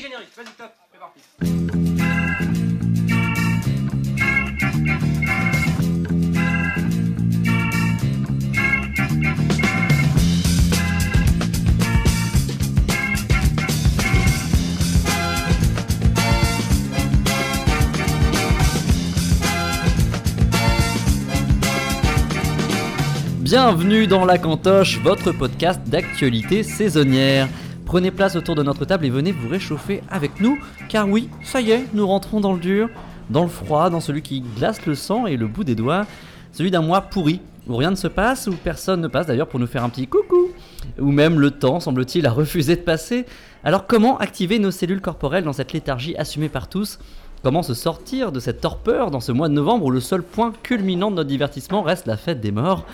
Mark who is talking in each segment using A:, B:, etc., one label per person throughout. A: générique, vas-y top, c'est parti.
B: Bienvenue dans La Cantoche, votre podcast d'actualité saisonnière. Prenez place autour de notre table et venez vous réchauffer avec nous, car oui, ça y est, nous rentrons dans le dur, dans le froid, dans celui qui glace le sang et le bout des doigts, celui d'un mois pourri, où rien ne se passe, où personne ne passe d'ailleurs pour nous faire un petit coucou, où même le temps, semble-t-il, a refusé de passer. Alors comment activer nos cellules corporelles dans cette léthargie assumée par tous Comment se sortir de cette torpeur dans ce mois de novembre où le seul point culminant de notre divertissement reste la fête des morts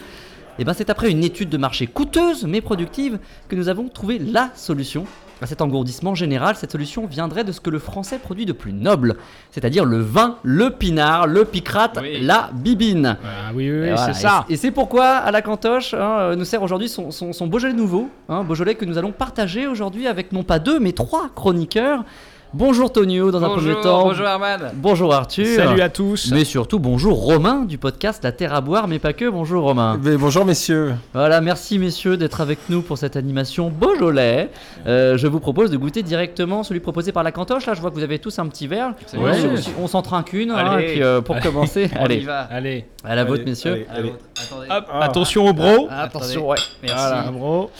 B: et ben c'est après une étude de marché coûteuse mais productive que nous avons trouvé la solution à cet engourdissement général. Cette solution viendrait de ce que le français produit de plus noble, c'est-à-dire le vin, le pinard, le picrate,
C: Oui.
B: la bibine.
C: Ah oui, oui,
B: Et
C: oui,
B: voilà.
C: c'est ça.
B: Et et c'est pourquoi à la cantoche hein, nous sert aujourd'hui son, son- son Beaujolais nouveau, hein, Beaujolais que nous allons partager aujourd'hui avec non pas deux mais trois chroniqueurs. Bonjour Tonio dans un premier temps.
C: bonjour Herman.
B: Bonjour Arthur.
C: Salut à tous.
B: Mais surtout bonjour Romain du podcast La Terre à boire mais pas que. Bonjour Romain.
D: Mais bonjour messieurs.
B: Voilà, merci messieurs d'être avec nous pour cette animation Beaujolais. Euh, je vous propose de goûter directement celui proposé par la cantoche. Là, je vois que vous avez tous un petit verre.
C: Ouais.
B: On s- On s'en trinque une. hein,
C: Allez.
B: et puis, euh, pour commencer,
C: On y
B: allez,
C: va. Allez.
B: à la vôtre,
D: Allez,
B: messieurs.
D: allez, allez.
C: Attendez.
E: Hop,
D: Ah.
E: attention au bro.
B: Attention, ouais.
C: Merci.
E: Voilà, bro.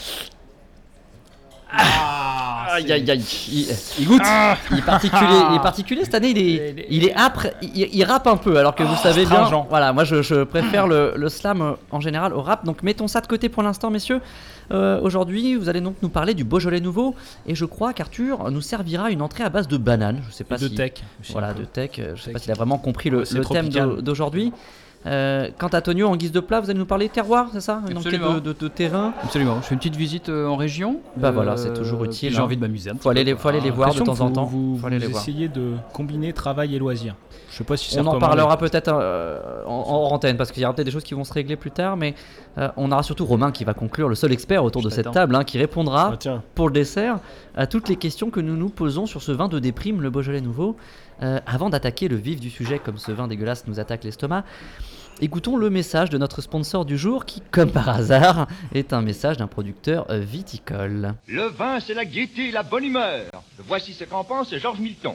B: Aïe, aïe, aïe. Il, il goûte.
E: Ah.
B: Il, est particulier, il est particulier cette année. Il est, il est âpre. Il, il rappe un peu. Alors que vous savez bien.
E: Oh, stringent.
B: Voilà, moi je, je préfère le, le slam euh, en général au rap. Donc mettons ça de côté pour l'instant, messieurs. Euh, Aujourd'hui, vous allez donc nous parler du Beaujolais nouveau. Et je crois qu'Arthur nous servira une entrée à base de bananes. Je sais pas
E: De
B: si.
E: tech.
B: Voilà, de tech. Euh, Je sais
E: Tech.
B: pas s'il a vraiment compris le,
E: Ouais, c'est
B: le thème
E: tropical.
B: d'au- d'aujourd'hui. Euh, quant à Tonio, en guise de plat, vous allez nous parler terroir, c'est ça Une enquête
C: Absolument.
B: de, de- de terrain.
C: Absolument. Je fais une petite visite euh, en région.
B: Bah voilà, c'est toujours
C: Euh, puis
B: utile,
C: J'ai
B: hein.
C: envie de m'amuser. un petit
B: Faut aller
C: peu,
B: les- faut aller
C: quoi. Ah,
B: les voir. de temps en temps.
E: Ah, Vous,
B: Faut aller
E: vous
B: les voir.
E: essayez de combiner travail et loisirs. Je sais pas si c'est
B: On en
E: recommandé.
B: parlera peut-être euh, en, en antenne parce qu'il y aura peut-être des choses qui vont se régler plus tard, mais euh, on aura surtout Romain qui va conclure, le seul expert autour
C: Je
B: de cette
C: t'attends.
B: table, hein, qui répondra
D: Ah, tiens.
B: pour le dessert à toutes les questions que nous nous posons sur ce vin de déprime, le Beaujolais nouveau. Euh, avant d'attaquer le vif du sujet, comme ce vin dégueulasse nous attaque l'estomac, écoutons le message de notre sponsor du jour qui, comme par hasard, est un message d'un producteur euh, viticole.
F: Le vin, c'est la gaieté, la bonne humeur. Voici ce qu'en pense Georges Milton.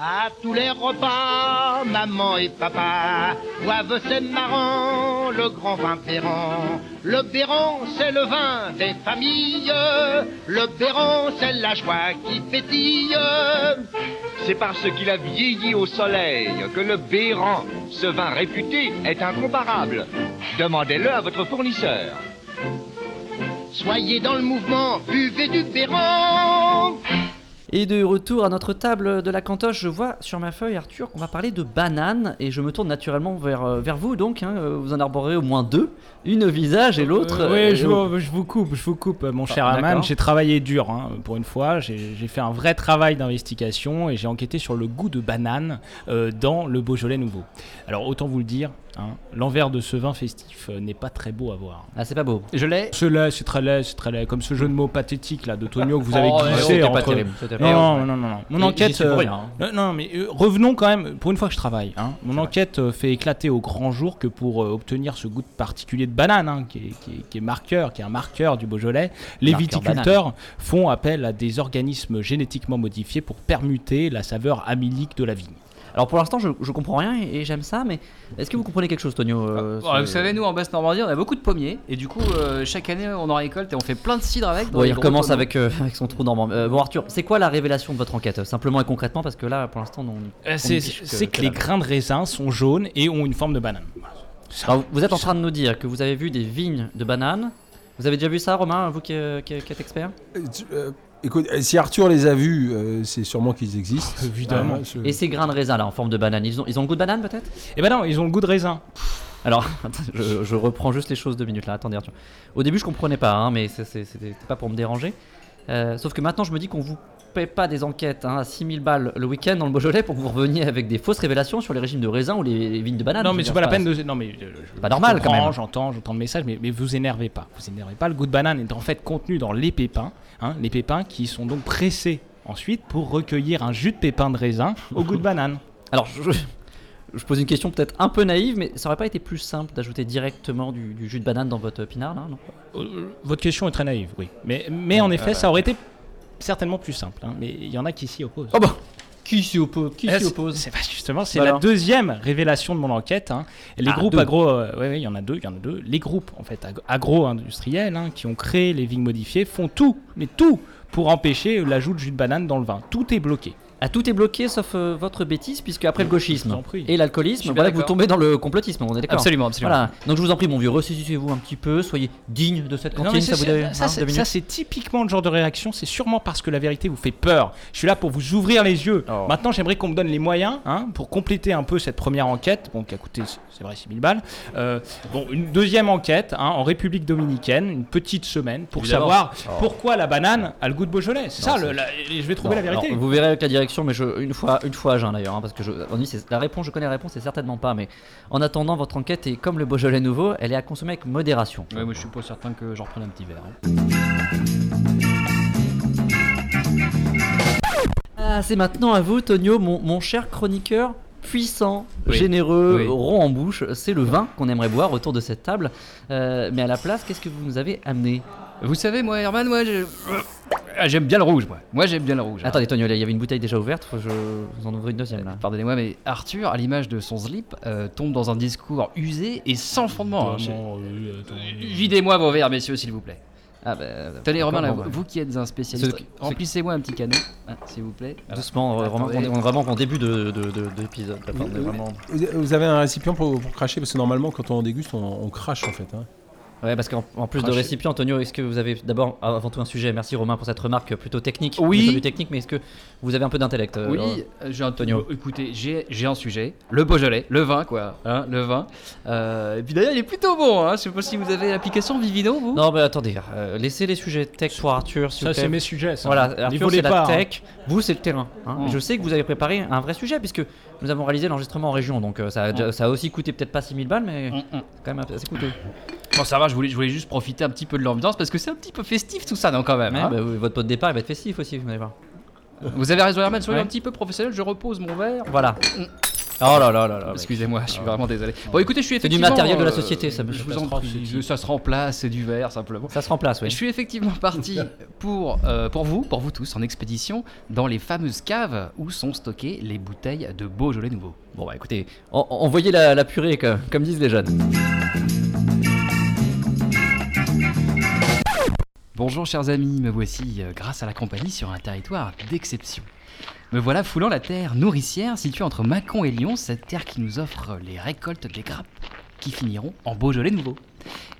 G: À tous les repas, maman et papa boivent ces marrons, le grand vin Perron. Le Perron, c'est le vin des familles. Le Perron, c'est la joie qui pétille.
F: C'est parce qu'il a vieilli au soleil que le Béran, ce vin réputé, est incomparable. Demandez-le à votre fournisseur.
G: Soyez dans le mouvement, buvez du Perron.
B: Et de retour à notre table de la cantoche, je vois sur ma feuille, Arthur, qu'on va parler de bananes. Et je me tourne naturellement vers, euh, vers vous, donc. hein, euh, vous en arborez au moins deux. Une au visage et l'autre.
E: Euh,
B: euh,
E: oui, je
B: au-
E: vous, je vous coupe, je vous coupe, mon cher
B: d'accord.
E: Aman. J'ai travaillé dur hein, pour une fois. J'ai j'ai fait un vrai travail d'investigation et j'ai enquêté sur le goût de banane euh, dans le Beaujolais nouveau. Alors autant vous le dire, hein, l'envers de ce vin festif euh, n'est pas très beau à voir.
B: Ah, c'est pas beau.
C: Je l'ai.
E: C'est laid, c'est très laid, c'est très laid. Comme ce jeu de mots pathétique là de Tonio que vous avez
C: Oh, ouais,
E: glissé
C: c'était
E: entre.
C: pas terrible, c'était pas
E: Non,
C: terrible.
E: non, non, non, non. Mon
C: Et- j'y
E: enquête.
C: suis pour
E: euh,
C: rien,
E: euh, Non, mais euh, revenons quand même. Pour une fois que je travaille, hein, mon enquête euh, fait éclater au grand jour que pour euh, obtenir ce goût particulier de banane, hein, qui, est, qui est- qui est marqueur, qui est un marqueur du Beaujolais, les
C: Marqueur
E: viticulteurs font appel à des organismes génétiquement modifiés pour permuter la saveur amylique de la vigne.
B: Alors pour l'instant, je, je comprends rien et, et j'aime ça, mais est-ce que vous comprenez quelque chose, Tonio euh,
C: Bon,
B: ce-
C: Ah, vous savez, nous en Basse-Normandie, on a beaucoup de pommiers. Et du coup, euh, chaque année, on en récolte et on fait plein de cidre avec. dans
B: Bon,
C: les
B: il
C: gros
B: recommence
C: tonneaux.
B: avec, euh, avec son trou normand. Euh, bon, Arthur, c'est quoi la révélation de votre enquête euh, Simplement et concrètement, parce que là, pour l'instant, on.
E: Euh,
C: Eh,
B: on
E: C'est
B: piche
E: c'est que
B: que
E: les
B: dalle.
E: grains de raisin sont jaunes et ont une forme de banane.
B: Alors, vous- vous êtes en train de nous dire que vous avez vu des vignes de bananes. Vous avez déjà vu ça, Romain, vous qui, euh, qui- qui êtes expert
D: Euh, tu- euh, écoute, euh, si Arthur les a vus, euh, c'est sûrement qu'ils existent.
E: Euh, Évidemment.
D: Ah, je-
B: Et ces grains de raisin là en forme de banane, ils ont, ils ont le goût de banane peut-être
E: Eh ben non, ils ont le goût de raisin.
B: Alors, attends, je, je reprends juste les choses deux minutes là, attendez Arthur. Au début je comprenais pas, hein, mais c'est- c'est- c'était c'était pas pour me déranger. Euh, sauf que maintenant je me dis qu'on vous paie pas des enquêtes hein, à 6000 balles le week-end dans le Beaujolais pour que vous reveniez avec des fausses révélations sur les régimes de raisin ou les, vignes de banane.
E: Non,
B: Je
E: mais
B: veux
E: c'est
B: dire,
E: pas la peine de. Non, mais. euh, je-
B: pas normal,
E: je
B: quand même.
E: comprends, J'entends, j'entends le message, mais, mais vous énervez pas. Vous énervez pas. Le goût de banane est en fait contenu dans les pépins. hein, les pépins qui sont donc pressés ensuite pour recueillir un jus de pépins de raisin au goût de banane.
B: Alors, je, je pose une question peut-être un peu naïve, mais ça aurait pas été plus simple d'ajouter directement du, du jus de banane dans votre pinard, là, non
E: Euh, Votre question est très naïve, oui. Mais, mais en effet, ça aurait été certainement plus simple. hein. Mais il y en a qui s'y opposent.
B: Oh bah Qui s'y oppose Qui
E: Eh,
B: s'y
E: c'est-
B: oppose
E: c'est pas- justement, c'est
B: Alors
E: la deuxième révélation de mon enquête. hein. Les
B: Ah,
E: groupes
B: deux.
E: agro, euh, ouais, ouais, il y en a deux, il y en a deux. Les groupes en fait ag- agro-industriels hein, qui ont créé les vignes modifiées font tout, mais tout pour empêcher l'ajout de jus de banane dans le vin. Tout est bloqué.
B: Ah, tout est bloqué sauf euh, votre bêtise, puisque après le
E: Je vous
B: gauchisme
E: en prie.
B: et
C: Je suis
B: l'alcoolisme,
C: bien
B: voilà que vous
C: d'accord.
B: tombez dans le complotisme, on est d'accord
C: Absolument, absolument.
B: Voilà, donc je vous en prie, mon vieux, ressaisissez-vous un petit peu, soyez digne de cette
E: Non,
B: cantine,
E: mais
B: ça
E: c'est-
B: vous donne
E: c'est- ça, c'est- ça, c'est typiquement le genre de réaction. C'est sûrement parce que la vérité vous fait peur. Je suis là pour vous ouvrir les yeux.
B: Oh.
E: Maintenant, j'aimerais qu'on me donne les moyens hein, pour compléter un peu cette première enquête, bon, qui a coûté, c'est- c'est vrai, 6000 balles. Euh, bon, une deuxième enquête hein, en République dominicaine, une petite semaine, pour
B: Évidemment. Oh.
E: savoir pourquoi la banane a le goût de Beaujolais. C'est ça, le- la- et je vais trouver la vérité.
B: vous verrez avec la direction, mais je, une fois, une fois, j'ai un d'ailleurs, hein, parce que je, on dit, c'est- la réponse, je connais la réponse, c'est certainement pas, mais en attendant, votre enquête est comme le Beaujolais nouveau, elle est à consommer avec modération.
C: Ouais, moi je suis pas certain que j'en reprenne un petit verre. hein.
B: Ah, c'est maintenant à vous, Tonio, mon, mon cher chroniqueur puissant,
C: Oui.
B: généreux,
C: Oui.
B: rond en bouche. C'est le vin qu'on aimerait boire autour de cette table. Euh, mais à la place, qu'est-ce que vous nous avez amené
C: Vous savez, moi, Herman, moi, je- Ah, j'aime bien le rouge, moi. Moi, j'aime bien le rouge.
B: Attendez, Tonio, là, il y avait une bouteille déjà ouverte, faut que je vous en ouvre une deuxième là.
C: Pardonnez-moi, mais Arthur, à l'image de son slip, euh, tombe dans un discours usé et sans fondement. hein.
E: Comment, euh, attends.
C: Videz-moi vos verres, messieurs, s'il vous plaît. euh,
B: Ah bah,
C: Tenez, Romain, là,
B: bon, bah.
C: vous, vous qui êtes un spécialiste,
B: Ceux qui- ceux-
C: remplissez-moi un petit canon, hein, s'il vous plaît. Voilà.
B: Doucement, euh, Romain, on
C: Attendez.
B: est on est vraiment en début de- de- de- d'épisode. De, on est vraiment-
D: Vous- Vous avez un récipient pour, pour cracher Parce que normalement, quand on déguste, on, on crache en fait. hein.
B: Ouais, parce qu'en en plus de
D: Cracher.
B: récipient, Antonio, est-ce que vous avez d'abord avant tout un sujet Merci Romain pour cette remarque plutôt technique.
C: Oui.
B: plutôt du technique, mais est-ce que vous avez un peu d'intellect euh,
C: Oui, euh, j'ai un
B: Antonio.
C: Écoutez, j'ai j'ai un sujet. Le Beaujolais, le vin, quoi. Hein, le vin. Euh, et puis d'ailleurs, il est plutôt bon. Hein. Je sais pas si vous avez l'application Vivino, vous
B: Non, mais attendez, euh, laissez les sujets tech pour Arthur. s'il
E: Ça,
B: vous plaît.
E: c'est mes sujets. Ça.
B: Voilà,
E: N'y
B: Arthur,
E: volez
B: c'est la
E: pas, hein.
B: tech, vous, c'est le terrain. hein.
C: Oh.
B: Je sais que vous avez préparé un vrai sujet, puisque nous avons réalisé l'enregistrement en région, donc euh, ça, a, déjà- ça a aussi coûté peut-être pas 6000 balles, mais
C: Hum, hum.
B: c'est quand même assez coûteux.
C: Bon, ça va, je voulais, je voulais juste profiter un petit peu de l'ambiance parce que c'est un petit peu festif tout ça, non, quand même.
B: Ouais,
C: hein.
B: bah, oui, votre pot de départ, il va être festif aussi, vous allez voir.
C: Vous avez raison, Herman, soyez
B: Ouais.
C: un petit peu professionnel, je repose mon verre.
B: Voilà. Oh là là là là. mec.
C: Excusez-moi, je suis vraiment désolé. Bon, écoutez, je suis
B: C'est du
C: effectivement,
B: matériel de la
C: euh,
B: société, ça me-
C: je
B: ça
C: vous
B: se
C: en
B: remplace,
C: prie, euh,
B: c'est-
C: Ça se remplace, c'est du verre simplement.
B: Ça se remplace, oui.
C: Je suis effectivement parti pour, euh, pour vous, pour vous tous, en expédition dans les fameuses caves où sont stockées les bouteilles de Beaujolais nouveau.
B: Bon, bah écoutez, en- en- envoyez la, la purée, comme, comme disent les jeunes.
C: Bonjour chers amis, me voici euh, grâce à la compagnie sur un territoire d'exception. Me voilà foulant la terre nourricière située entre Mâcon et Lyon, cette terre qui nous offre les récoltes des grappes qui finiront en Beaujolais nouveau.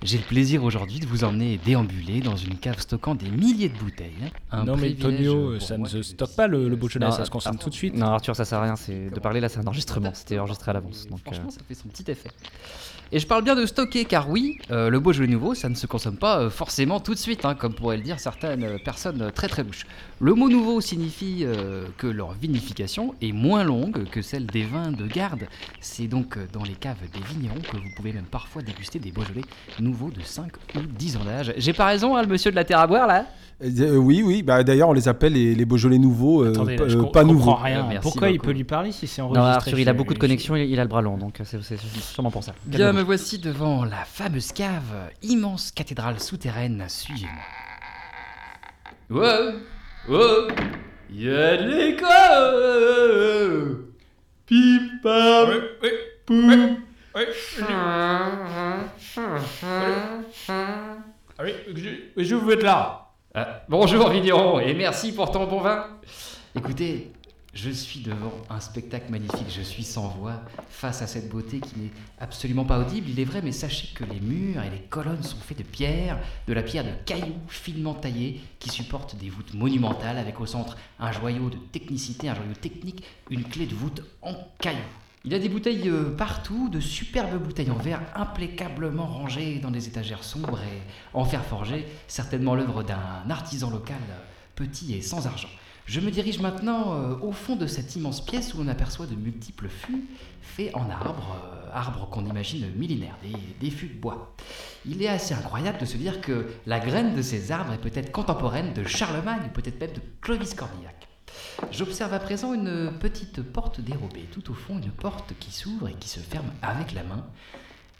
C: J'ai le plaisir aujourd'hui de vous emmener déambuler dans une cave stockant des milliers de bouteilles. Un
E: Non, mais
C: privilège
E: Tonio,
C: pour
E: ça ne
C: moi
E: se
C: que
E: stocke pas le, le Beaujolais,
B: Non,
E: ça se consomme
B: ah,
E: tout de suite.
B: Non, Arthur, ça sert à rien, c'est de parler là, c'est un enregistrement, c'était enregistré à l'avance. Donc, euh,
C: Franchement, ça fait son petit effet. Et je parle bien de stocker, car oui, euh, le Beaujolais nouveau, ça ne se consomme pas euh, forcément tout de suite, hein, comme pourraient le dire certaines euh, personnes euh, très très louches. Le mot nouveau signifie euh, que leur vinification est moins longue que celle des vins de garde. C'est donc euh, dans les caves des vignerons que vous pouvez même parfois déguster des Beaujolais nouveaux de 5 ou 10 ans d'âge. J'ai pas raison, hein, le monsieur de la terre à boire, là
D: Euh, oui, oui. Bah, D'ailleurs, on les appelle les, les Beaujolais nouveaux, euh,
E: Attendez,
D: p-
E: là, je
D: euh,
E: com-
D: pas
E: comprends
D: nouveaux.
E: rien.
C: Merci
E: Pourquoi il
C: beaucoup.
E: peut lui parler si c'est
B: Non,
E: enregistré
B: Arthur, il a
E: chez-
B: beaucoup de connexions, il, il a le bras long, donc euh, c'est c'est- c'est sûrement pour ça.
C: Bien, me
B: Calmez-vous.
C: voici devant la fameuse cave, immense cathédrale souterraine. Suivez-moi. Wow, wow, y'a de l'écho Pim pam, poum.
E: Ah Je veux être là.
C: Ah, bonjour vigneron et merci pour ton bon vin. Écoutez, je suis devant un spectacle magnifique, je suis sans voix face à cette beauté qui n'est absolument pas audible, il est vrai, mais sachez que les murs et les colonnes sont faits de pierre, de la pierre de cailloux finement taillée qui supporte des voûtes monumentales avec au centre un joyau de technicité, un joyau technique, une clé de voûte en cailloux. Il y a des bouteilles euh, partout, de superbes bouteilles en verre implacablement rangées dans des étagères sombres et en fer forgé, certainement l'œuvre d'un artisan local euh, petit et sans argent. Je me dirige maintenant euh, au fond de cette immense pièce où on aperçoit de multiples fûts faits en arbre, euh, arbres qu'on imagine millénaires, des, des fûts de bois. Il est assez incroyable de se dire que la graine de ces arbres est peut-être contemporaine de Charlemagne ou peut-être même de Clovis Cornillac. J'observe à présent une petite porte dérobée, tout au fond une porte qui s'ouvre et qui se ferme avec la main.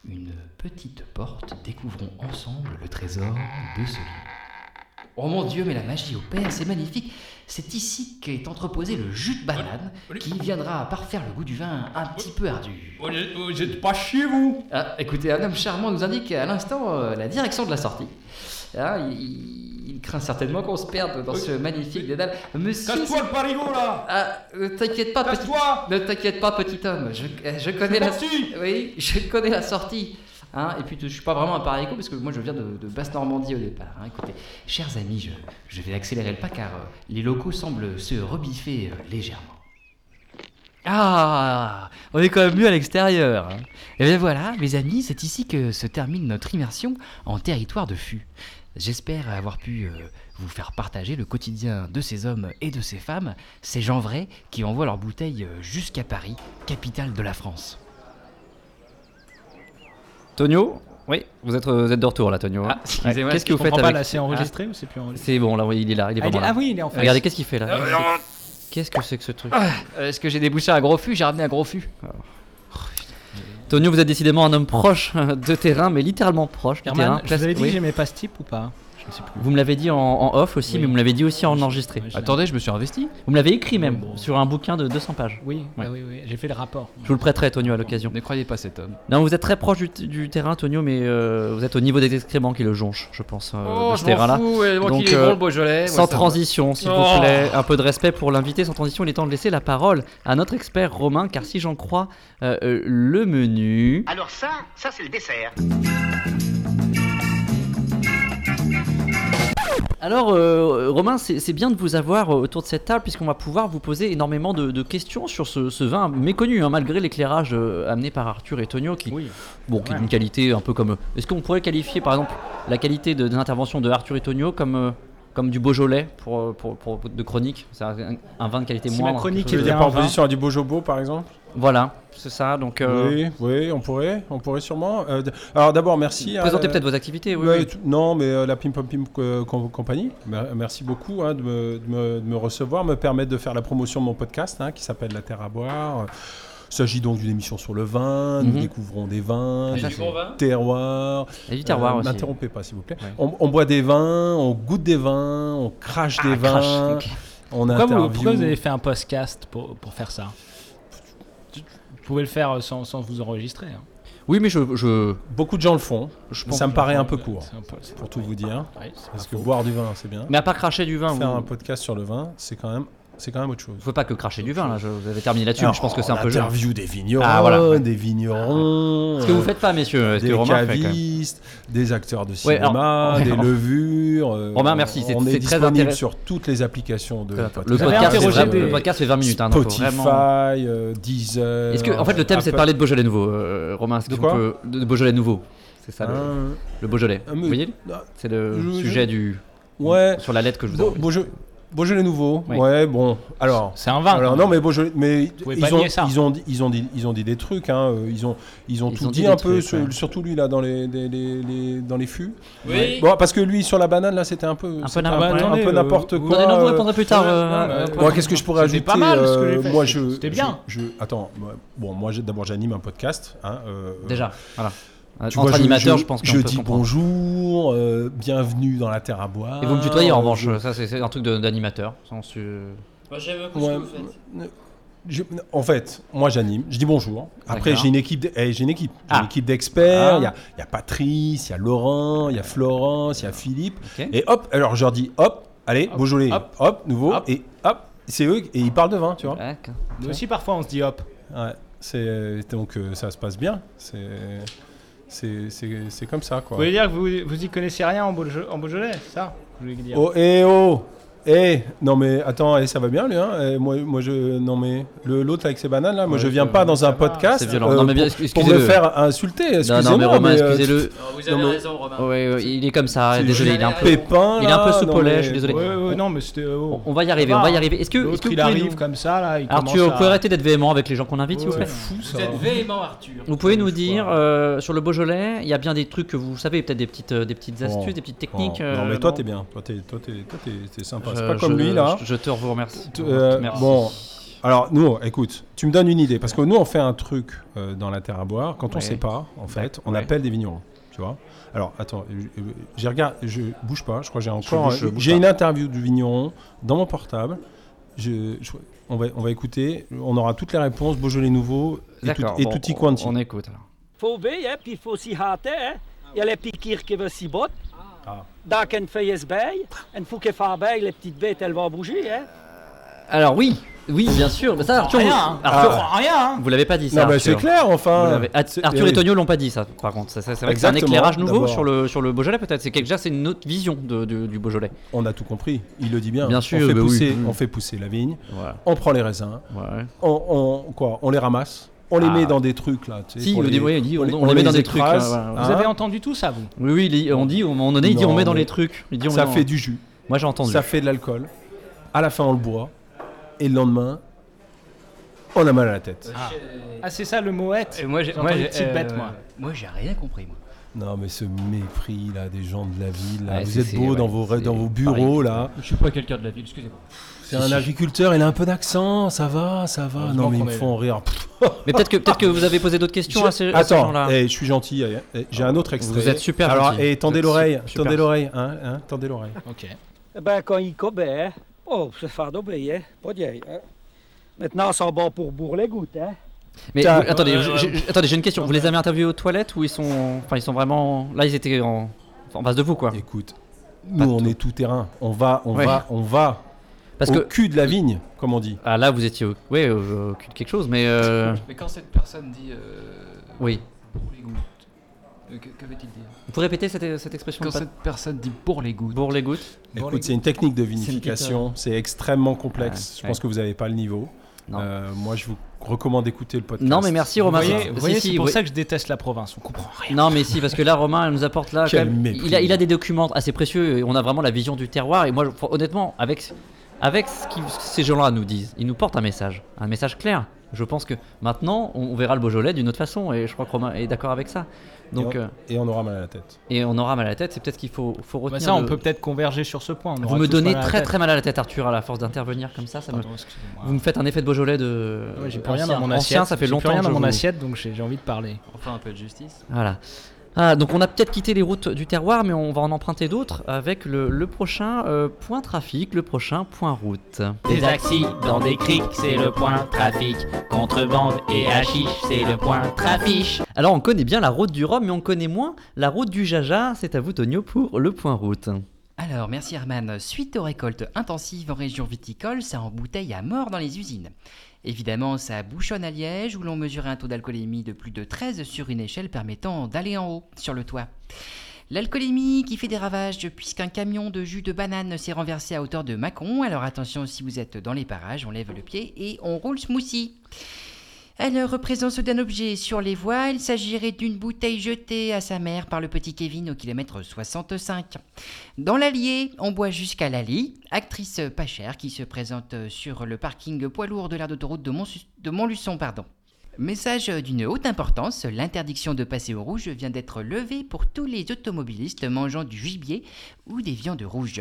C: Une petite porte, découvrons ensemble le trésor de ce lieu. Oh mon dieu, mais la magie opère, c'est magnifique. C'est ici qu'est entreposé le jus de banane qui viendra parfaire le goût du vin un petit peu ardu.
A: Oh, Vous êtes pas chier, vous
C: Ah, écoutez, un homme charmant nous indique à l'instant euh, la direction de la sortie. Ah, il, il craint certainement qu'on se perde dans ce magnifique dédale. Monsieur.
A: Casse-toi le parigo, là
C: Ah, ne t'inquiète pas, petit.
A: Casse-toi
C: Ne t'inquiète pas, petit homme. Je, eh, je connais la.
A: parti
C: Oui, je connais la sortie. Hein, et puis je suis pas vraiment un parigo parce que moi je viens de, de basse Normandie au départ. hein. Écoutez, chers amis, je, je vais accélérer le pas car euh, les locaux semblent se rebiffer euh, légèrement. Ah, on est quand même mieux à l'extérieur. hein. Et bien voilà, mes amis, c'est ici que se termine notre immersion en territoire de fût. J'espère avoir pu euh, vous faire partager le quotidien de ces hommes et de ces femmes, ces gens vrais qui envoient leurs bouteilles euh, jusqu'à Paris, capitale de la France.
B: Tonio Oui, vous êtes, vous êtes de retour là, Tonio. hein.
C: excusez-moi,
B: Qu'est-ce que vous
E: Je
B: faites
E: comprends pas,
B: avec
E: là, c'est enregistré Ah. ou c'est plus enregistré
B: C'est bon, là, oui, il est là, il est
E: ah, il
B: vraiment
E: est- ah
B: là.
E: oui, il est en face.
B: Regardez, qu'est-ce qu'il fait là Qu'est-ce que c'est que ce truc
C: Est-ce que j'ai débouché un gros fût J'ai ramené un gros fût.
B: Oh, Tonio, vous êtes décidément un homme proche euh, de terrain, mais littéralement proche du terrain.
E: Herman, je vous avais dit
B: Oui.
E: que j'aimais pas ce type ou pas Je ne sais plus.
B: Vous me l'avez dit en, en off aussi,
E: Oui.
B: mais vous me l'avez dit aussi en enregistré.
E: Ouais, je-
C: Attendez, je me suis investi.
B: Vous me l'avez écrit même,
E: Bon.
B: sur un bouquin de 200 pages.
E: Oui, bah oui, oui, j'ai fait le rapport.
B: Je vous le prêterai, Tonio, à l'occasion.
C: Ne croyez pas cet homme.
B: Non, vous êtes très proche du, du terrain, Tonio, mais euh, vous êtes au niveau des excréments qui le jonchent, je pense, euh,
C: Oh,
B: de ce terrain-là. Donc, euh,
C: Beaujolais.
B: Sans transition, s'il vous
A: Oh.
B: plaît, un peu de respect pour l'invité. Sans transition, il est temps de laisser la parole à notre expert romain, car si j'en crois euh, euh, le menu.
G: Alors ça, ça c'est le dessert.
B: Alors, euh, Romain, c'est c'est bien de vous avoir euh, autour de cette table, puisqu'on va pouvoir vous poser énormément de, de questions sur ce, ce vin méconnu, hein, malgré l'éclairage euh, amené par Arthur et Tonio, qui,
E: Oui.
B: bon, qui est
E: Ouais.
B: d'une qualité un peu comme. euh, Est-ce qu'on pourrait qualifier, par exemple, la qualité de, des interventions de Arthur et Tonio comme. euh, comme du Beaujolais pour, euh, pour, pour- de chronique, c'est un, un vin de qualité
E: Si ma
B: moindre. quelque
E: chronique est
D: Tu veux
B: chose-
E: bien-
D: dire
E: un
D: par
E: vin.
D: opposition à du Bojobo, par exemple
B: Voilà, c'est ça. Donc, euh,
D: Oui, oui, on pourrait, on pourrait sûrement. Euh, d- alors d'abord, merci.
B: Présentez
D: euh,
B: peut-être vos activités, oui.
D: bah,
B: oui.
D: tout- Non, mais euh, la Pim Pom Pim euh, Com- Company, mer- merci beaucoup hein, de, me, de me- de me recevoir, me permettre de faire la promotion de mon podcast hein, qui s'appelle La Terre à boire. Il s'agit donc d'une émission sur le vin, nous
B: Mhm.
D: découvrons des vins,
B: Ah, ça,
D: des
B: c'est-
D: terroirs.
B: Et du terroir
D: Euh,
B: aussi.
D: M'interrompez pas, s'il vous plaît.
B: Ouais.
D: On, on boit des vins, on goûte des vins, on crache des vins,
B: Ah, crache,
D: on
E: Pourquoi vous,
D: interview.
E: pourquoi vous avez fait un podcast pour, pour faire ça Vous pouvez le faire sans, sans vous enregistrer. hein.
B: Oui, mais je, je,
D: Beaucoup de gens le font,
B: je pense.
D: ça me paraît un peu
E: C'est
D: court,
E: un peu- c'est
D: pour
E: pas-
D: tout vous dire.
E: Ouais, c'est
D: Parce
E: pas
D: que
E: faux.
D: boire du vin, c'est bien.
B: Mais à part cracher du vin,
D: Faire
B: vous
D: un podcast sur le vin, c'est quand même, c'est quand même autre chose.
B: ne faut pas que cracher du vin, là. Je, vous avez terminé là-dessus,
D: Alors,
B: mais je pense que c'est un peu jeune.
D: Interview des vignerons,
B: Ah, voilà, ouais.
D: des vignerons.
B: Ce que
D: euh,
B: vous faites pas, messieurs, ce
D: des
B: que Romain fait quand même.
D: cavistes, des acteurs de
B: Ouais, alors,
D: cinéma,
B: Romain,
D: des
B: alors.
D: levures. euh,
B: Romain, merci, c'est-
D: On est
B: c'est très
D: disponible
B: intéressant.
D: sur toutes les applications de euh,
B: Le podcast,
E: J'avais
B: c'est
E: interrogé
B: vraiment-
E: des-
B: le podcast fait 20 minutes, hein, donc faut
D: Spotify,
B: vraiment-
D: euh, Deezer.
B: Est-ce que, en fait, le thème, c'est de
D: Apple-
B: parler de Beaujolais nouveau, euh, Romain. Est-ce
D: De
B: qu'on
D: quoi
B: peut- de de Beaujolais nouveau. C'est ça, le,
D: Hein,
B: le Beaujolais.
D: Ah, mais-
B: Vous voyez
D: ah,
B: C'est le
D: je- je-
B: sujet du
D: Ouais.
B: sur la lettre que je vous ai
D: Beau,
B: envoyée.
D: Beaujolais, Beaujolais nouveau.
B: Oui.
D: Ouais, bon. Alors.
E: C'est un vin. hein.
D: alors, non, mais Beaujolais, mais
E: pouvez pas
D: ils ont,
E: nier ça.
D: ils ont, dit- ils ont dit, ils ont dit des trucs. Hein. euh, Ils ont, ils ont
B: Ils
D: tout
B: ont dit
D: dit,
B: des
D: un peu,
B: trucs,
D: sur-
B: ouais.
D: surtout lui là dans les, les- les- les- dans les fûts.
A: Oui
D: Bon, parce que lui sur la banane là, c'était un peu,
B: peu
D: c'était
B: n'importe-
D: un, peu- un
E: attendez,
D: peu n'importe
E: euh,
D: quoi.
B: Attendez, non, vous
D: euh,
B: répondrez plus tard. euh,
E: Ouais, ouais,
B: euh,
D: Bon, qu'est-ce que je pourrais
E: C'était
D: ajouter
E: pas mal, ce que j'ai
D: euh,
E: fait.
D: Moi, je,
E: C'était
D: je-
E: bien.
D: Je, attends, moi- bon, moi, j'ai- d'abord, j'anime un podcast. hein, euh,
B: Déjà, voilà.
D: tu
B: Entre
D: vois,
B: animateurs, je pense qu'on
D: Je
B: peut
D: dis
B: comprendre.
D: bonjour, euh, bienvenue dans la terre à boire.
B: Et vous me tutoyez en
D: euh,
B: revanche, ça c'est c'est un truc de- d'animateur. sans su-
A: Moi, j'aime beaucoup ce
D: Ouais,
A: que vous faites.
D: euh, je- en fait, moi j'anime, je dis bonjour. hein. Après,
B: D'accord.
D: j'ai une équipe, de- eh, j'ai une équipe, J'ai
B: Ah.
D: une équipe d'experts.
B: Ah.
D: Il y a- il y, a Patrice, il y a Laurent, il y a Florence, il y a Philippe.
B: Ok.
D: Et hop, alors je leur dis hop, allez, Beaujolais, hop,
E: hop,
D: nouveau,
E: hop.
D: et hop, c'est eux et ils parlent de vin, tu vois.
B: D'accord.
E: Nous aussi, parfois, on se dit hop.
D: Ouais, c'est donc euh, ça se passe bien. C'est c'est c'est c'est comme ça
E: Vous
D: quoi.
E: voulez dire que vous, vous y connaissez rien en, Beaujolais, en Beaujolais, c'est ça Je voulais dire.
D: Oh eh oh eh non mais attends eh, ça va bien lui hein Eh, moi moi je non mais le l'autre avec ses bananes là moi
E: Ouais,
D: je viens
E: ça-
D: pas dans
E: ça
D: un
E: va,
D: podcast
B: c'est violent.
D: euh,
B: Non, mais bien,
D: pour,
B: excusez-
D: pour me
B: excusez-le.
D: faire insulter
B: Non,
D: excusez-moi
B: non, mais Romain,
D: mais, euh,
B: excusez-le.
A: Non, vous avez
D: mais-
A: raison, Romain.
B: Ouais, ouais, il est comme ça,
D: C'est-
B: désolé, il est un peu.
D: Pépin
B: il est un peu
D: là,
B: sous
D: non,
B: polais,
D: mais-
B: je suis désolé.
E: Ouais, ouais, non, mais c'était. oh.
B: On va y arriver, on va y arriver. Est-ce que, est-ce que
E: L'autre,
B: vous
E: il
B: pouvez
E: arrive
B: nous-
E: comme ça, là. Il
B: Arthur, vous
E: commence
B: pouvez
E: à-
B: arrêter d'être véhément avec les gens qu'on invite, s'il vous
E: Ouais.
B: plaît
A: Vous
D: hein.
A: êtes véhément, Arthur.
B: Vous pouvez nous dire euh, sur le Beaujolais, il y a bien des trucs que vous savez, peut-être des petites, euh, des petites
D: Bon.
B: astuces, des petites
D: Bon,
B: techniques.
D: non
B: euh,
D: mais toi t'es bien toi t'es toi t'es toi t'es- t'es sympa passe
B: Euh,
D: pas comme
B: je-
D: lui, là. hein.
B: Je, je te vous remercie.
D: Tu- euh,
B: Merci.
D: bon. Alors, nous, écoute, tu me donnes une idée. Parce que nous, on fait un truc euh, dans la terre à boire. Quand on
B: Ouais.
D: sait pas, en fait, on
B: Ouais.
D: appelle des vignerons. Tu vois Alors, attends, je, je regarde, je bouge pas. Je crois que j'ai
B: Je
D: encore. euh,
B: bouge- je bouge
D: J'ai
B: pas.
D: une interview du vigneron dans mon portable. Je, je- on, va, on va écouter. On aura toutes les réponses Beaujolais nouveau et, tout,
B: D'accord.
D: et
B: bon,
D: tutti
B: on-
D: quanti.
B: On écoute alors.
H: Faut bien, hein, puis faut s'y hâter, hein. Il y a les piqûres qui veulent s'y battre.
D: Ah.
H: Dans qu'une feuille se baille, une fois qu'elle fait baille, les petites bêtes, elles vont bouger, hein.
B: Alors oui, oui, bien sûr. Mais ça, Arthur, vous,
I: Rien, hein.
B: Arthur,
I: Rien, hein.
B: vous l'avez pas dit ça.
D: Non, mais
B: Arthur.
D: c'est clair,
B: Vous
D: enfin.
B: l'avez- Ah,
D: C'est-
B: Arthur
D: eh,
B: et Tonio l'ont pas dit ça. Par contre, ça, ça, c'est vrai que c'est un
D: Exactement,
B: éclairage nouveau
D: d'abord.
B: sur le sur le Beaujolais peut-être. C'est quelque chose, c'est une autre vision de- de- du Beaujolais.
D: On a tout compris. Il le dit bien.
B: Bien sûr,
D: on fait,
B: bah oui.
D: pousser,
B: Mm.
D: on fait pousser la vigne.
B: Voilà.
D: On prend les raisins.
B: Ouais.
D: on, on- quoi, on les ramasse, on les
B: Ah.
D: met dans des trucs là. tu sais,
B: Si,
D: pour
B: on
D: les-
B: dit- oui, il dit, on- on
D: on
B: les met dans des
D: écrase,
B: trucs, là, voilà.
E: Vous avez
D: hein.
E: entendu tout ça, vous
B: Oui, oui, il- on dit au moment donné, il dit
D: Non,
B: on met dans
D: mais-
B: les trucs. Il dit on
D: Ça
B: met dans-
D: fait du jus,
B: Moi j'ai entendu.
D: ça fait de l'alcool. À la fin, on le boit, et le lendemain, on a mal à la tête.
E: Ah, c'est ça le moette
C: Et moi, j'ai,
E: J'entends les
C: j'ai-
B: euh,
E: petites bêtes, moi.
C: Moi, j'ai rien compris, moi.
D: Non, mais ce mépris là des gens de la ville, là.
C: Ouais,
D: vous
C: c'est-
D: êtes
C: c'est-
D: beaux dans
C: ouais,
D: vos
C: c'est
D: dans vos bureaux là.
A: Je suis pas quelqu'un de la ville, excusez-moi.
D: C'est un agriculteur, il a un peu d'accent, ça va, ça va. Non, mais ils me font rire. Pff,
B: Mais peut-être que peut-être que vous avez posé d'autres questions à ces, à ces
D: Attends,
B: gens-là.
D: eh, je suis gentil. eh, eh, J'ai un autre extrait.
B: Vous êtes super
D: Alors,
B: gentil.
D: et tendez
B: Vous êtes
D: l'oreille,
B: su- super
D: tendez
B: gentil.
D: l'oreille, hein, hein, tendez l'oreille.
E: Ok.
H: Eh ben, quand ils cobaient, hein. Oh, c'est faire d'obéir, hein. Pas d'œil, hein. Maintenant, ils sont bons pour bourrer les gouttes, hein.
B: Mais
D: Tiens.
B: vous- attendez, je- je- je- attendez, j'ai une question. Vous les avez interviewés aux toilettes ou ils sont, enfin ils sont vraiment là, ils étaient en, en face de vous quoi.
D: Écoute, nous on est tout terrain. On va, on
B: Ouais.
D: va, on va
B: Parce
D: au
B: que
D: cul de la vigne, comme on dit.
B: ah là vous étiez, au- ouais, au- au cul de quelque chose, mais euh,
C: Mais quand cette personne dit. euh,
B: oui.
C: Pour les gouttes. euh, que- Qu'avait-il dit
B: Vous pouvez répéter cette, cette expression
C: Quand
B: Pat-
C: cette personne dit pour les gouttes.
B: Bourre les gouttes.
D: Écoute, c'est une technique de vinification, c'est extrêmement complexe.
B: Ouais,
D: Je pense
B: ouais.
D: que vous n'avez pas le niveau.
B: Non.
D: Euh, moi, je vous recommande d'écouter le podcast.
B: Non mais merci Romain.
E: Vous voyez,
B: Si,
E: vous voyez,
B: si,
E: c'est pour
B: oui.
E: ça que je déteste la province, on comprend rien.
B: Non mais si parce que là Romain elle nous apporte là quand
D: Quel
B: même-
D: mépris.
B: il a, il a des documents assez précieux et on a vraiment la vision du terroir et moi je- honnêtement avec avec ce que ces gens-là nous disent ils nous portent un message un message clair je pense que maintenant on, on verra le Beaujolais d'une autre façon et je crois que Romain est d'accord avec ça donc
D: et, on,
B: euh,
D: et on aura mal à la tête.
B: et on aura mal à la tête c'est peut-être qu'il faut faut retenir
E: Bah, ça, on
B: le-
E: peut peut-être converger sur ce point. on
B: vous
E: aura
B: me
E: tous
B: donnez
E: mal à la
B: très
E: tête.
B: très mal à la tête Arthur à la force d'intervenir comme ça ça me-
E: Pardon, excusez-moi.
B: vous me faites un effet de Beaujolais de
E: Ouais, j'ai plus rien dans
B: ancien.
E: mon
B: Ancien,
E: assiette.
B: ça fait
E: J'ai plus
B: longtemps
E: rien
B: que
E: dans
B: je
E: mon
B: vous-
E: assiette, donc j'ai j'ai envie de parler.
C: Enfin, un peu de justice.
B: Voilà. Ah, donc on a peut-être quitté les routes du terroir, mais on va en emprunter d'autres avec le, le prochain euh, point trafic, le prochain point route.
I: Des axis dans des criques, c'est le point trafic. Contrebande et hachiche, c'est le point trafic.
B: Alors on connaît bien la route du Rhum, mais on connaît moins la route du Jaja. C'est à vous, Tonio, pour le point route.
C: Alors, merci Herman. Suite aux récoltes intensives en région viticole, ça embouteille à mort dans les usines. Évidemment, ça bouchonne à Liège, où l'on mesurait un taux d'alcoolémie de plus de 13 sur une échelle permettant d'aller en haut, sur le toit. L'alcoolémie qui fait des ravages puisqu'un camion de jus de banane s'est renversé à hauteur de Mâcon. Alors attention, si vous êtes dans les parages, on lève le pied et on roule smoothie. À la représence d'un objet sur les voies, il s'agirait d'une bouteille jetée à sa mère par le petit Kevin au kilomètre 65. Dans l'Allier, on boit jusqu'à Lali, actrice pas chère qui se présente sur le parking poids lourd de l'aire d'autoroute de, Montsu- de Montluçon. Pardon. Message d'une haute importance, l'interdiction de passer au rouge vient d'être levée pour tous les automobilistes mangeant du gibier ou des viandes rouges.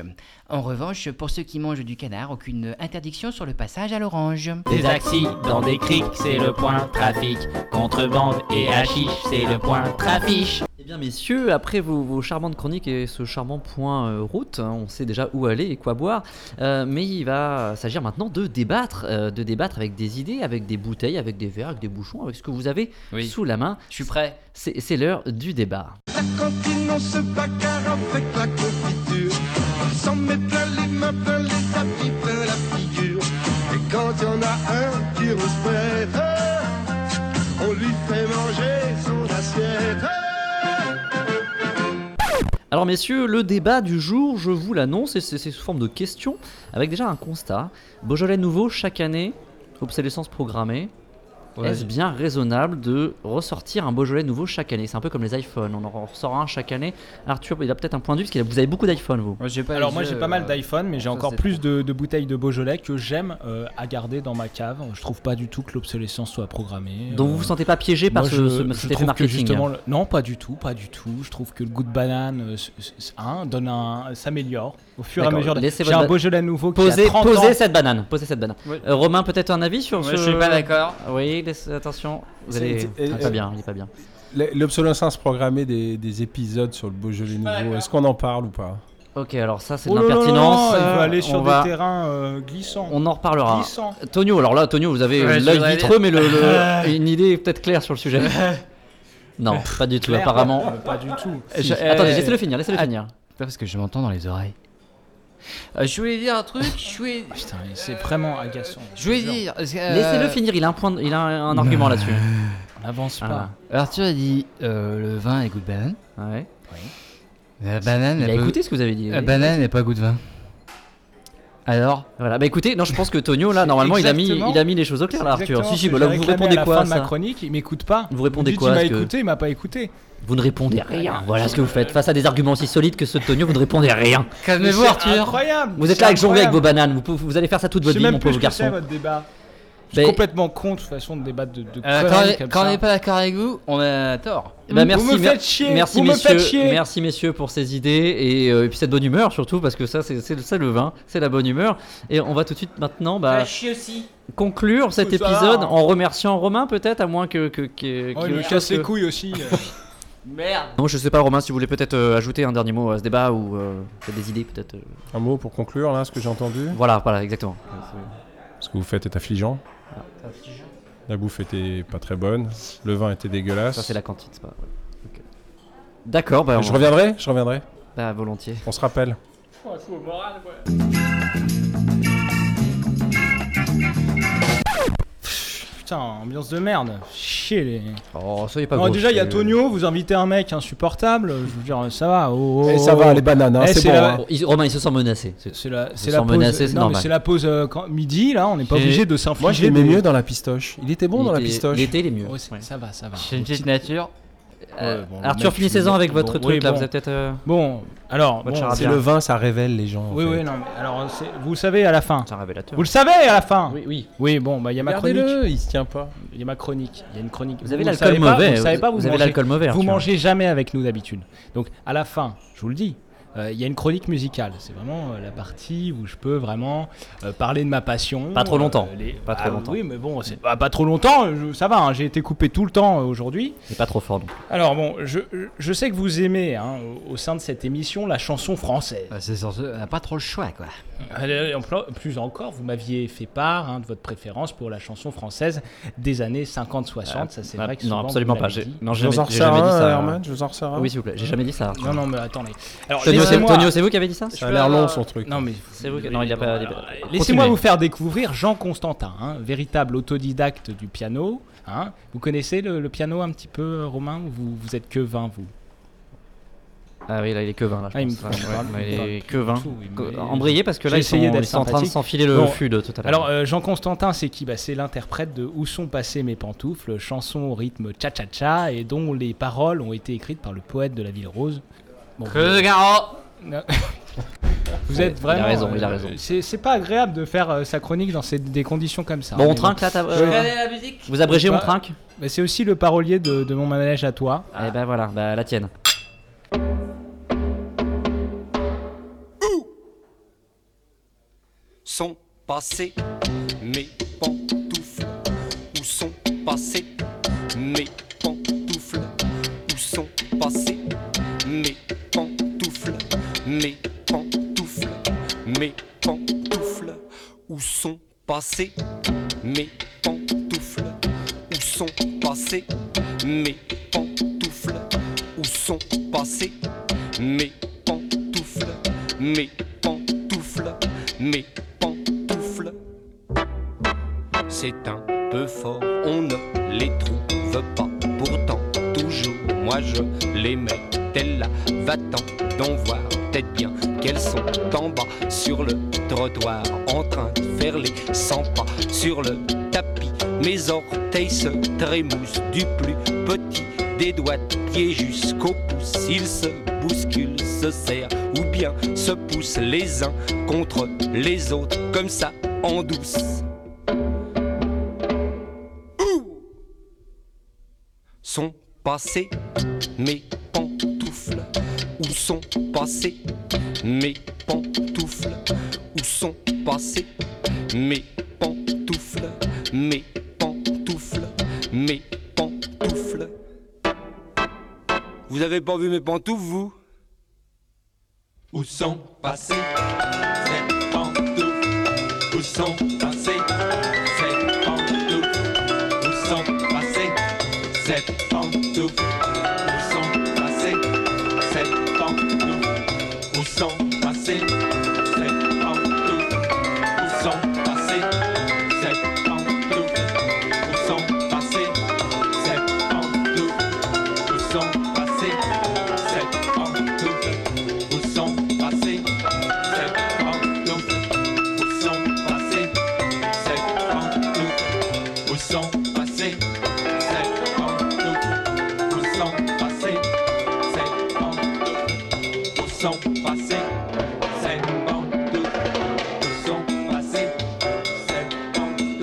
C: En revanche, pour ceux qui mangent du canard, aucune interdiction sur le passage à l'orange.
I: Des axis dans des criques, c'est le point trafic. Contrebande et hachiche, c'est le point trafic.
B: Eh bien messieurs, après vos, vos charmantes chroniques et ce charmant point euh, route, hein, on sait déjà où aller et quoi boire, euh, mais il va s'agir maintenant de débattre, euh, de débattre avec des idées, avec des bouteilles, avec des verres, avec des bouchons, avec ce que vous avez
C: Oui.
B: sous la main.
C: Je suis prêt.
B: C'est c'est l'heure du débat.
J: cantine, on se bagarre avec la confiture. On s'en met plein les mains, plein les tapis, plein la figure. Et quand y en a un qui ose faire, on lui fait manger son assiette.
B: Alors messieurs, le débat du jour, je vous l'annonce, et c'est c'est sous forme de questions, avec déjà un constat. Beaujolais nouveau chaque année, obsolescence programmée,
C: Ouais.
B: Est-ce bien raisonnable de ressortir un Beaujolais nouveau chaque année C'est un peu comme les iPhones, on en ressort un chaque année. Arthur, il a peut-être un point de vue, parce que vous avez beaucoup d'iPhones, vous.
C: Moi, j'ai pas
E: Alors
C: les
E: moi
C: yeux,
E: j'ai pas mal
C: euh,
E: d'iPhone, mais j'ai
C: ça,
E: encore
C: c'est
E: plus de, de bouteilles de Beaujolais que j'aime euh, à garder dans ma cave. Je trouve pas du tout que l'obsolescence soit programmée.
B: Donc
E: Euh,
B: vous vous sentez pas piégé par
E: moi,
B: ce,
E: je-
B: ce-
E: je
B: cet
E: trouve
B: effet
E: que
B: marketing
E: justement, le- non, pas du tout, pas du tout. Je trouve que le goût de banane euh, s- s- hein, donne un, s'améliore au fur et à
B: D'accord,
E: mesure. de-
B: laissez
E: J'ai
B: votre
E: un
B: ba-
E: Beaujolais nouveau qui
B: Posez,
E: a 30
B: posez
E: ans.
B: cette banane, posez cette banane.
C: Ouais.
B: Euh, Romain, peut-être un avis sur
C: Ouais,
B: ce...
C: je suis pas d'accord.
B: Oui, laisse- attention, vous
D: C'est-
B: allez...
D: c'est-
B: Ah,
D: euh,
B: pas bien, il est pas bien.
D: L'obsolescence programmée des, des épisodes sur le Beaujolais nouveau, est-ce qu'on en parle ou pas
B: Ok, alors ça c'est
E: Oh
B: de
E: là là là,
B: l'impertinence.
E: il va aller
B: on
E: sur des
B: va-
E: terrains euh, glissants.
B: On en reparlera.
E: Glissant.
B: Tonio, alors là, Tonio, vous avez
C: Ouais, je
B: l'œil
C: voudrais
B: vitreux, mais le, le- une idée peut-être claire sur le sujet. non, pas du tout,
E: Claire,
B: apparemment.
E: euh, pas du tout.
B: Si.
C: Je-
B: Attendez,
C: euh,
B: laissez-le finir, laissez-le
C: ah,
B: finir.
C: Pas parce que je m'entends dans les oreilles. Euh, je voulais dire un truc, je voulais,
E: Putain, c'est vraiment agaçant.
C: je voulais dire. euh,
B: Laissez-le finir, il a un, point, de- il a un
E: Bah,
B: un argument là-dessus.
E: On avance
B: Ah,
E: pas.
C: Arthur a dit euh, le vin a goût de banane.
B: ouais.
E: Eh
C: La banane
B: Il
C: n'a
B: a
E: ben,
C: pas-
B: écouté ce que vous avez dit.
C: La
B: oui.
C: Euh, banane n'a pas goût de vin. Alors
B: Voilà, bah écoutez, non, je pense que Tonio, là, normalement, il a, mis,
E: exactement-
B: il a mis les choses au clair, là, Arthur.
E: Exactement
B: Si, si,
E: ce que
B: bah, là,
E: j'ai
B: vous
E: réclamé
B: répondez
E: à la
B: quoi
E: fin
B: à
E: de ma
B: ça
E: chronique, il m'écoute pas.
B: Vous répondez
E: Il me dit,
B: quoi,
E: Il m'a
B: est-ce que-
E: écouté, il m'a pas écouté.
B: Vous ne répondez rien. Voilà ce que vous faites. Face à des arguments aussi solides que ceux de Tonio, vous ne répondez rien.
C: Calmez-vous
E: C'est
C: Arthur
E: Incroyable.
B: Vous êtes là avec jongler avec vos bananes. Vous, pouvez- vous allez faire ça toute
E: Je
B: votre
E: sais
B: vie,
E: même
B: mon
E: plus
B: pauvre
E: ce que c'est
B: garçon. Ben-
E: votre débat. Je
B: Mais-
E: suis complètement contre de toute façon de débattre de, de
C: Euh,
E: conneries
C: quand
E: comme
C: quand on
E: ça.
C: n'est pas d'accord avec vous, on a tort.
B: Eh ben, merci,
E: vous me
B: mer-
E: faites chier,
B: merci
E: vous me
B: messieurs,
E: faites chier.
B: merci messieurs pour ces idées et, euh, et puis cette bonne humeur surtout parce que ça c'est c'est le- ça le vin, c'est la bonne humeur et on va tout de suite maintenant bah,
A: aussi.
B: conclure cet
E: Ça va,
B: épisode
E: hein.
B: en remerciant Romain peut-être à moins que que, que-
E: Oh,
B: qu'il
E: il me
B: fasse
E: casse les
B: que-
E: couilles aussi. euh,
A: Merde.
B: Non, je sais pas Romain si vous voulez peut-être euh, ajouter un dernier mot à ce débat ou euh, peut-être des idées peut-être. euh,
D: Un mot pour conclure, là, ce que j'ai entendu
B: Voilà, voilà exactement.
D: Ce que vous faites est affligeant. La bouffe était pas très bonne. Le vin était dégueulasse.
B: Ça c'est la cantine, c'est pas. ok. D'accord, bah,
D: Je
B: on-
D: reviendrai, je reviendrai.
B: bah, volontiers.
D: On se rappelle.
E: Putain, ambiance de merde. Chier les.
B: Oh, soyez pas
E: Non, déjà, il y a Tonio, vous invitez un mec insupportable. Je veux dire, ça va. oh, oh,
D: Et ça va,
E: oh.
D: les bananes, hein,
E: Eh,
D: c'est
E: c'est
D: bon.
E: la-
D: hein.
B: Bon, il- Romain, il se sent menacé. c'est-
E: C'est la, c'est
B: sens
E: la pause.
B: menacé, c'est
E: non, mais
B: normal.
E: c'est la pause euh, quand- midi, là. On n'est pas
B: Et-
E: obligé de
D: Moi, je
E: s'infliger.
D: l'aimais
E: des-
D: mieux dans la pistoche. Il était bon
B: il
D: dans la
B: était-
D: pistoche.
B: L'été, il est mieux.
E: Ouais, c'est- Ça va, ça va.
C: Je suis une petite nature.
B: Euh,
E: Ouais, bon, le
B: Arthur,
E: mec,
B: finissez-en
E: bon,
B: avec votre
E: bon,
B: truc
E: oui,
B: là,
E: bon.
B: vous avez peut-être. euh,
E: Bon, alors.
B: Votre
E: bon,
B: charade.
D: C'est le vin, ça révèle les gens. en
E: Oui,
D: fait.
E: oui, non. mais Alors, c'est- vous le savez à la fin.
B: C'est un révélateur.
E: Vous le savez à la fin.
B: Oui, oui.
E: Oui, bon, bah il y a ma chronique.
D: Regardez-le, il se tient pas.
E: Il y a ma chronique. Il y a une chronique.
B: Vous avez
E: le
B: l'alcool
E: savez pas,
B: mauvais.
E: Vous le savez pas, vous,
B: avez
E: mangez-
B: l'alcool mauvais.
E: Vous
B: Arthur.
E: mangez jamais avec nous d'habitude. Donc à la fin, je vous le dis, euh, il y a une chronique musicale. C'est vraiment euh, la partie où je peux vraiment euh, parler de ma passion. euh,
B: Pas trop longtemps. Pas trop
E: Ah,
B: longtemps.
E: Oui, mais bon, c'est pas, pas trop longtemps. je- ça va, hein, j'ai été coupé tout le temps euh, aujourd'hui.
B: C'est pas trop fort. donc.
E: Alors bon, je, je sais que vous aimez hein, au, au sein de cette émission la chanson française.
C: Bah, c'est sur ce, on n'a pas trop le choix quoi.
E: Euh, en pla- Plus encore, vous m'aviez fait part hein, de votre préférence pour la chanson française des années 50-60. ça, c'est
B: Ah,
E: vrai que
B: non,
E: souvent,
B: absolument
E: vous
B: pas.
E: l'avez
B: J'ai
E: dit.
B: non,
D: Je
B: j'ai
D: vous en
B: jamais, j'ai
D: ressers
B: jamais dit
D: un,
B: ça. Ah
D: Herman, je vous en ressers un.
B: Oui, s'il vous plaît, j'ai jamais dit ça. Arthur.
E: Non, non, mais attendez. Alors,
B: Tonio, c'est-
E: laissez-moi-
B: Tonio, c'est vous qui avez dit ça
D: Ça a l'air long, son truc.
E: Non, mais Euh,
B: C'est vous qui- non, il y a pas- il y a pas-
E: Laissez-moi
B: Continuez.
E: vous faire découvrir Jean Constantin, hein, véritable autodidacte du piano. hein. Vous connaissez le, le piano un petit peu, euh, Romain ou vous, vous êtes que 20, vous
B: Ah oui, là, il est que 20. Là, je
E: Ah, il me
B: pense.
E: faut-
B: Ouais,
E: il me
B: ouais,
E: faut
B: il est
E: tout,
B: que 20.
E: tout, il me-
B: Co- Embrayez parce que là,
E: J'ai
B: ils sont,
E: essayé d'être
B: ils sont en train de
E: sympathique.
B: s'enfiler le
E: Bon.
B: FUD tout à l'heure.
E: Alors, euh, Jean Constantin, c'est qui bah, C'est l'interprète de Où sont passées mes pantoufles, chanson au rythme cha-cha-cha, et dont les paroles ont été écrites par le poète de la Ville Rose. Bon,
C: Creux de garrot
E: Non. Vous êtes
B: Il a
E: vraiment. euh,
B: raison, il a raison.
E: C'est c'est pas agréable de faire euh, sa chronique dans ces- des conditions comme ça. hein,
B: bon, on
E: Mais
B: trinque là, t'as- euh,
C: la musique
B: vous abrégez, on
E: Bah-
B: trinque
E: Mais c'est aussi le parolier de, de mon manège à toi.
B: Eh ben voilà, bah la tienne.
K: sont passées mes pantoufles Où sont passées mes pantoufles Où sont passées mes pantoufles Mes pantoufles Mes pantoufles Où sont passées mes pantoufles Où sont passées mes pantoufles Où sont passées mes pantoufles Mes pantoufles Mes pantoufles c'est un peu fort, on ne les trouve pas. Pourtant, toujours, moi je les mets. Telle là, va-t'en d'en voir. Peut-être bien qu'elles sont en bas sur le trottoir, en train de faire les 100 pas sur le tapis. Mes orteils se trémoussent du plus petit des doigts de pied jusqu'au pouce. Ils se bousculent, se serrent ou bien se poussent les uns contre les autres comme ça en douce. sont passées mes pantoufles Où sont passées mes pantoufles Où sont passées mes pantoufles Mes pantoufles Mes pantoufles Vous avez pas vu mes pantoufles, vous Où sont passées
J: Ces pantoufles, où sont passées Ces pantoufles, où sont passées Ces pantoufles, où sont passées Ces pantoufles, où sont passées Ces pantoufles, où sont passées Ces pantoufles, où sont passées Ces pantoufles, où sont passées Ces pantoufles, où sont passées Ces pantoufles où sont passées ces pantoufles Où sont passées ces pantoufles Où sont passées ces pantoufles Où sont passées ces pantoufles Où sont passées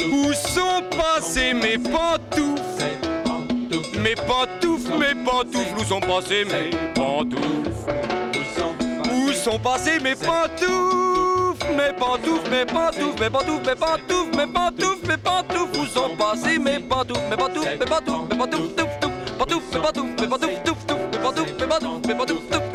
K: Où sont passées mes pantoufles Mes pantoufles, mes pantoufles, où sont passées mes pantoufles Où sont passées mes pantoufles Mes pantoufles, mes pantoufles, mes pantoufles, mes pantoufles, mes pantoufles, mes pantoufles, où sont passées mes pantoufles, mes pantoufles, mes pantoufles, mes pantoufles, touf, touf, pantoufles, mes pantoufles, mes pantoufles, touf, touf, mes pantoufles, mes pantoufles, mes pantoufles, touf,